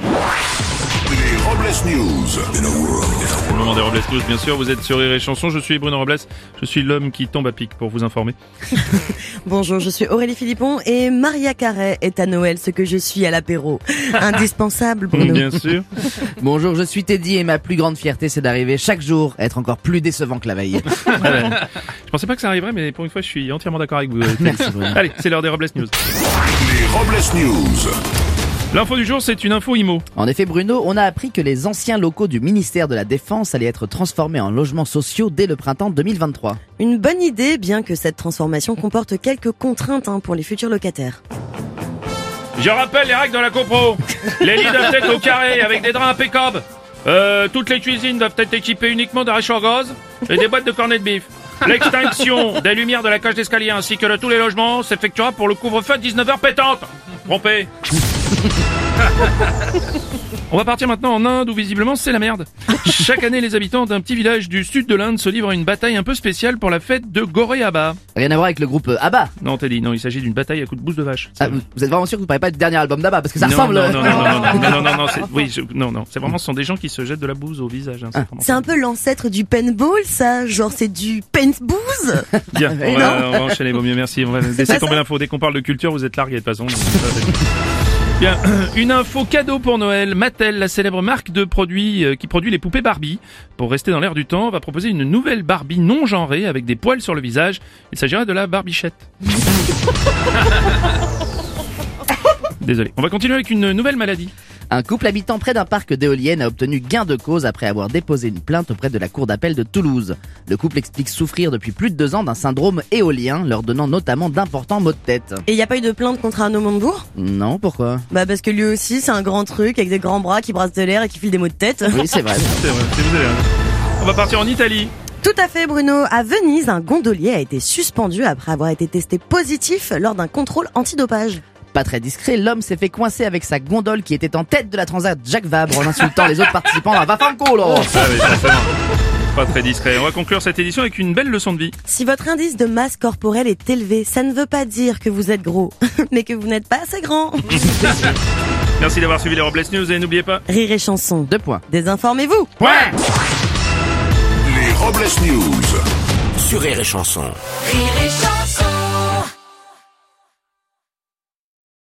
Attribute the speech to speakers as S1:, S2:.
S1: Les Robles News. In a world.
S2: Au moment des Robles News, bien sûr, vous êtes sur Rire et Chanson, je suis Bruno Robles, je suis l'homme qui tombe à pic pour vous informer.
S3: Bonjour, je suis Aurélie Philippon et Maria Carré est à Noël ce que je suis à l'apéro. Indispensable, Bruno.
S2: bien sûr.
S4: Bonjour, je suis Teddy et ma plus grande fierté c'est d'arriver chaque jour à être encore plus décevant que la veille.
S2: Je pensais pas que ça arriverait, mais pour une fois, je suis entièrement d'accord avec vous. euh, Thierry.
S4: Merci Bruno.
S2: Allez, c'est l'heure des Robles News.
S1: Les Robles News.
S2: L'info du jour, c'est une info IMO.
S4: En effet Bruno, on a appris que les anciens locaux du ministère de la Défense allaient être transformés en logements sociaux dès le printemps 2023.
S3: Une bonne idée, bien que cette transformation comporte quelques contraintes hein, pour les futurs locataires.
S2: Je rappelle les règles de la CoPro. Les lits doivent être au carré avec des draps impeccables. Euh, toutes les cuisines doivent être équipées uniquement d'un réchaud gaz et des boîtes de cornets de bif. L'extinction des lumières de la cage d'escalier ainsi que de tous les logements s'effectuera pour le couvre-feu à 19h pétante. Trompé. On va partir maintenant en Inde où visiblement c'est la merde. Chaque année, les habitants d'un petit village du sud de l'Inde se livrent à une bataille un peu spéciale pour la fête de Goreaba.
S4: Rien à voir avec le groupe euh, ABBA.
S2: Non, t'as dit, non, il s'agit d'une bataille à coups de bouse de vache.
S4: Ah, vous, vous êtes vraiment sûr que vous parlez pas du dernier album d'ABBA parce que ça
S2: non,
S4: ressemble. euh,
S2: non, non, non, non, non, non, non, non, non, c'est- oui, je- non, non, c'est vraiment, ce sont des gens qui se jettent de la bouse au visage. hein, c'est vraiment
S3: C'est un peu l'ancêtre du paintball, ça Genre c'est du paintbooze
S2: Bien, on va, on va enchaîner, vaut mieux, merci. On va laisser tomber l'info. Dès qu'on parle de culture, vous êtes largués de toute façon. Donc, ça, c'est- Bien, une info cadeau pour Noël. Mattel, la célèbre marque de produits euh, qui produit les poupées Barbie, pour rester dans l'air du temps, va proposer une nouvelle Barbie non genrée avec des poils sur le visage. Il s'agira de la Barbichette. Désolé. On va continuer avec une nouvelle maladie.
S4: Un couple habitant près d'un parc d'éoliennes a obtenu gain de cause après avoir déposé une plainte auprès de la cour d'appel de Toulouse. Le couple explique souffrir depuis plus de deux ans d'un syndrome éolien, leur donnant notamment d'importants maux de tête.
S3: Et il n'y a pas eu de plainte contre Arnaud Montebourg
S4: Non, pourquoi
S3: Bah parce que lui aussi c'est un grand truc avec des grands bras qui brassent de l'air et qui file des maux de tête.
S4: Oui, c'est vrai.
S2: C'est vrai, c'est- vous avez raison. On va partir en Italie.
S3: Tout à fait, Bruno. À Venise, un gondolier a été suspendu après avoir été testé positif lors d'un contrôle antidopage.
S4: Pas très discret, l'homme s'est fait coincer avec sa gondole qui était en tête de la transat Jacques Vabre en insultant les autres participants à Vafanco, là
S2: Ah oui, forcément. Pas très discret. On va conclure cette édition avec une belle leçon de vie.
S3: Si votre indice de masse corporelle est élevé, ça ne veut pas dire que vous êtes gros, mais que vous n'êtes pas assez grand.
S2: Merci d'avoir suivi les Robles News et n'oubliez pas.
S3: Rire et chanson.
S4: Deux points.
S3: Désinformez-vous.
S1: Les Robles News.
S5: Sur Rire et Chanson.
S6: Rire et chanson.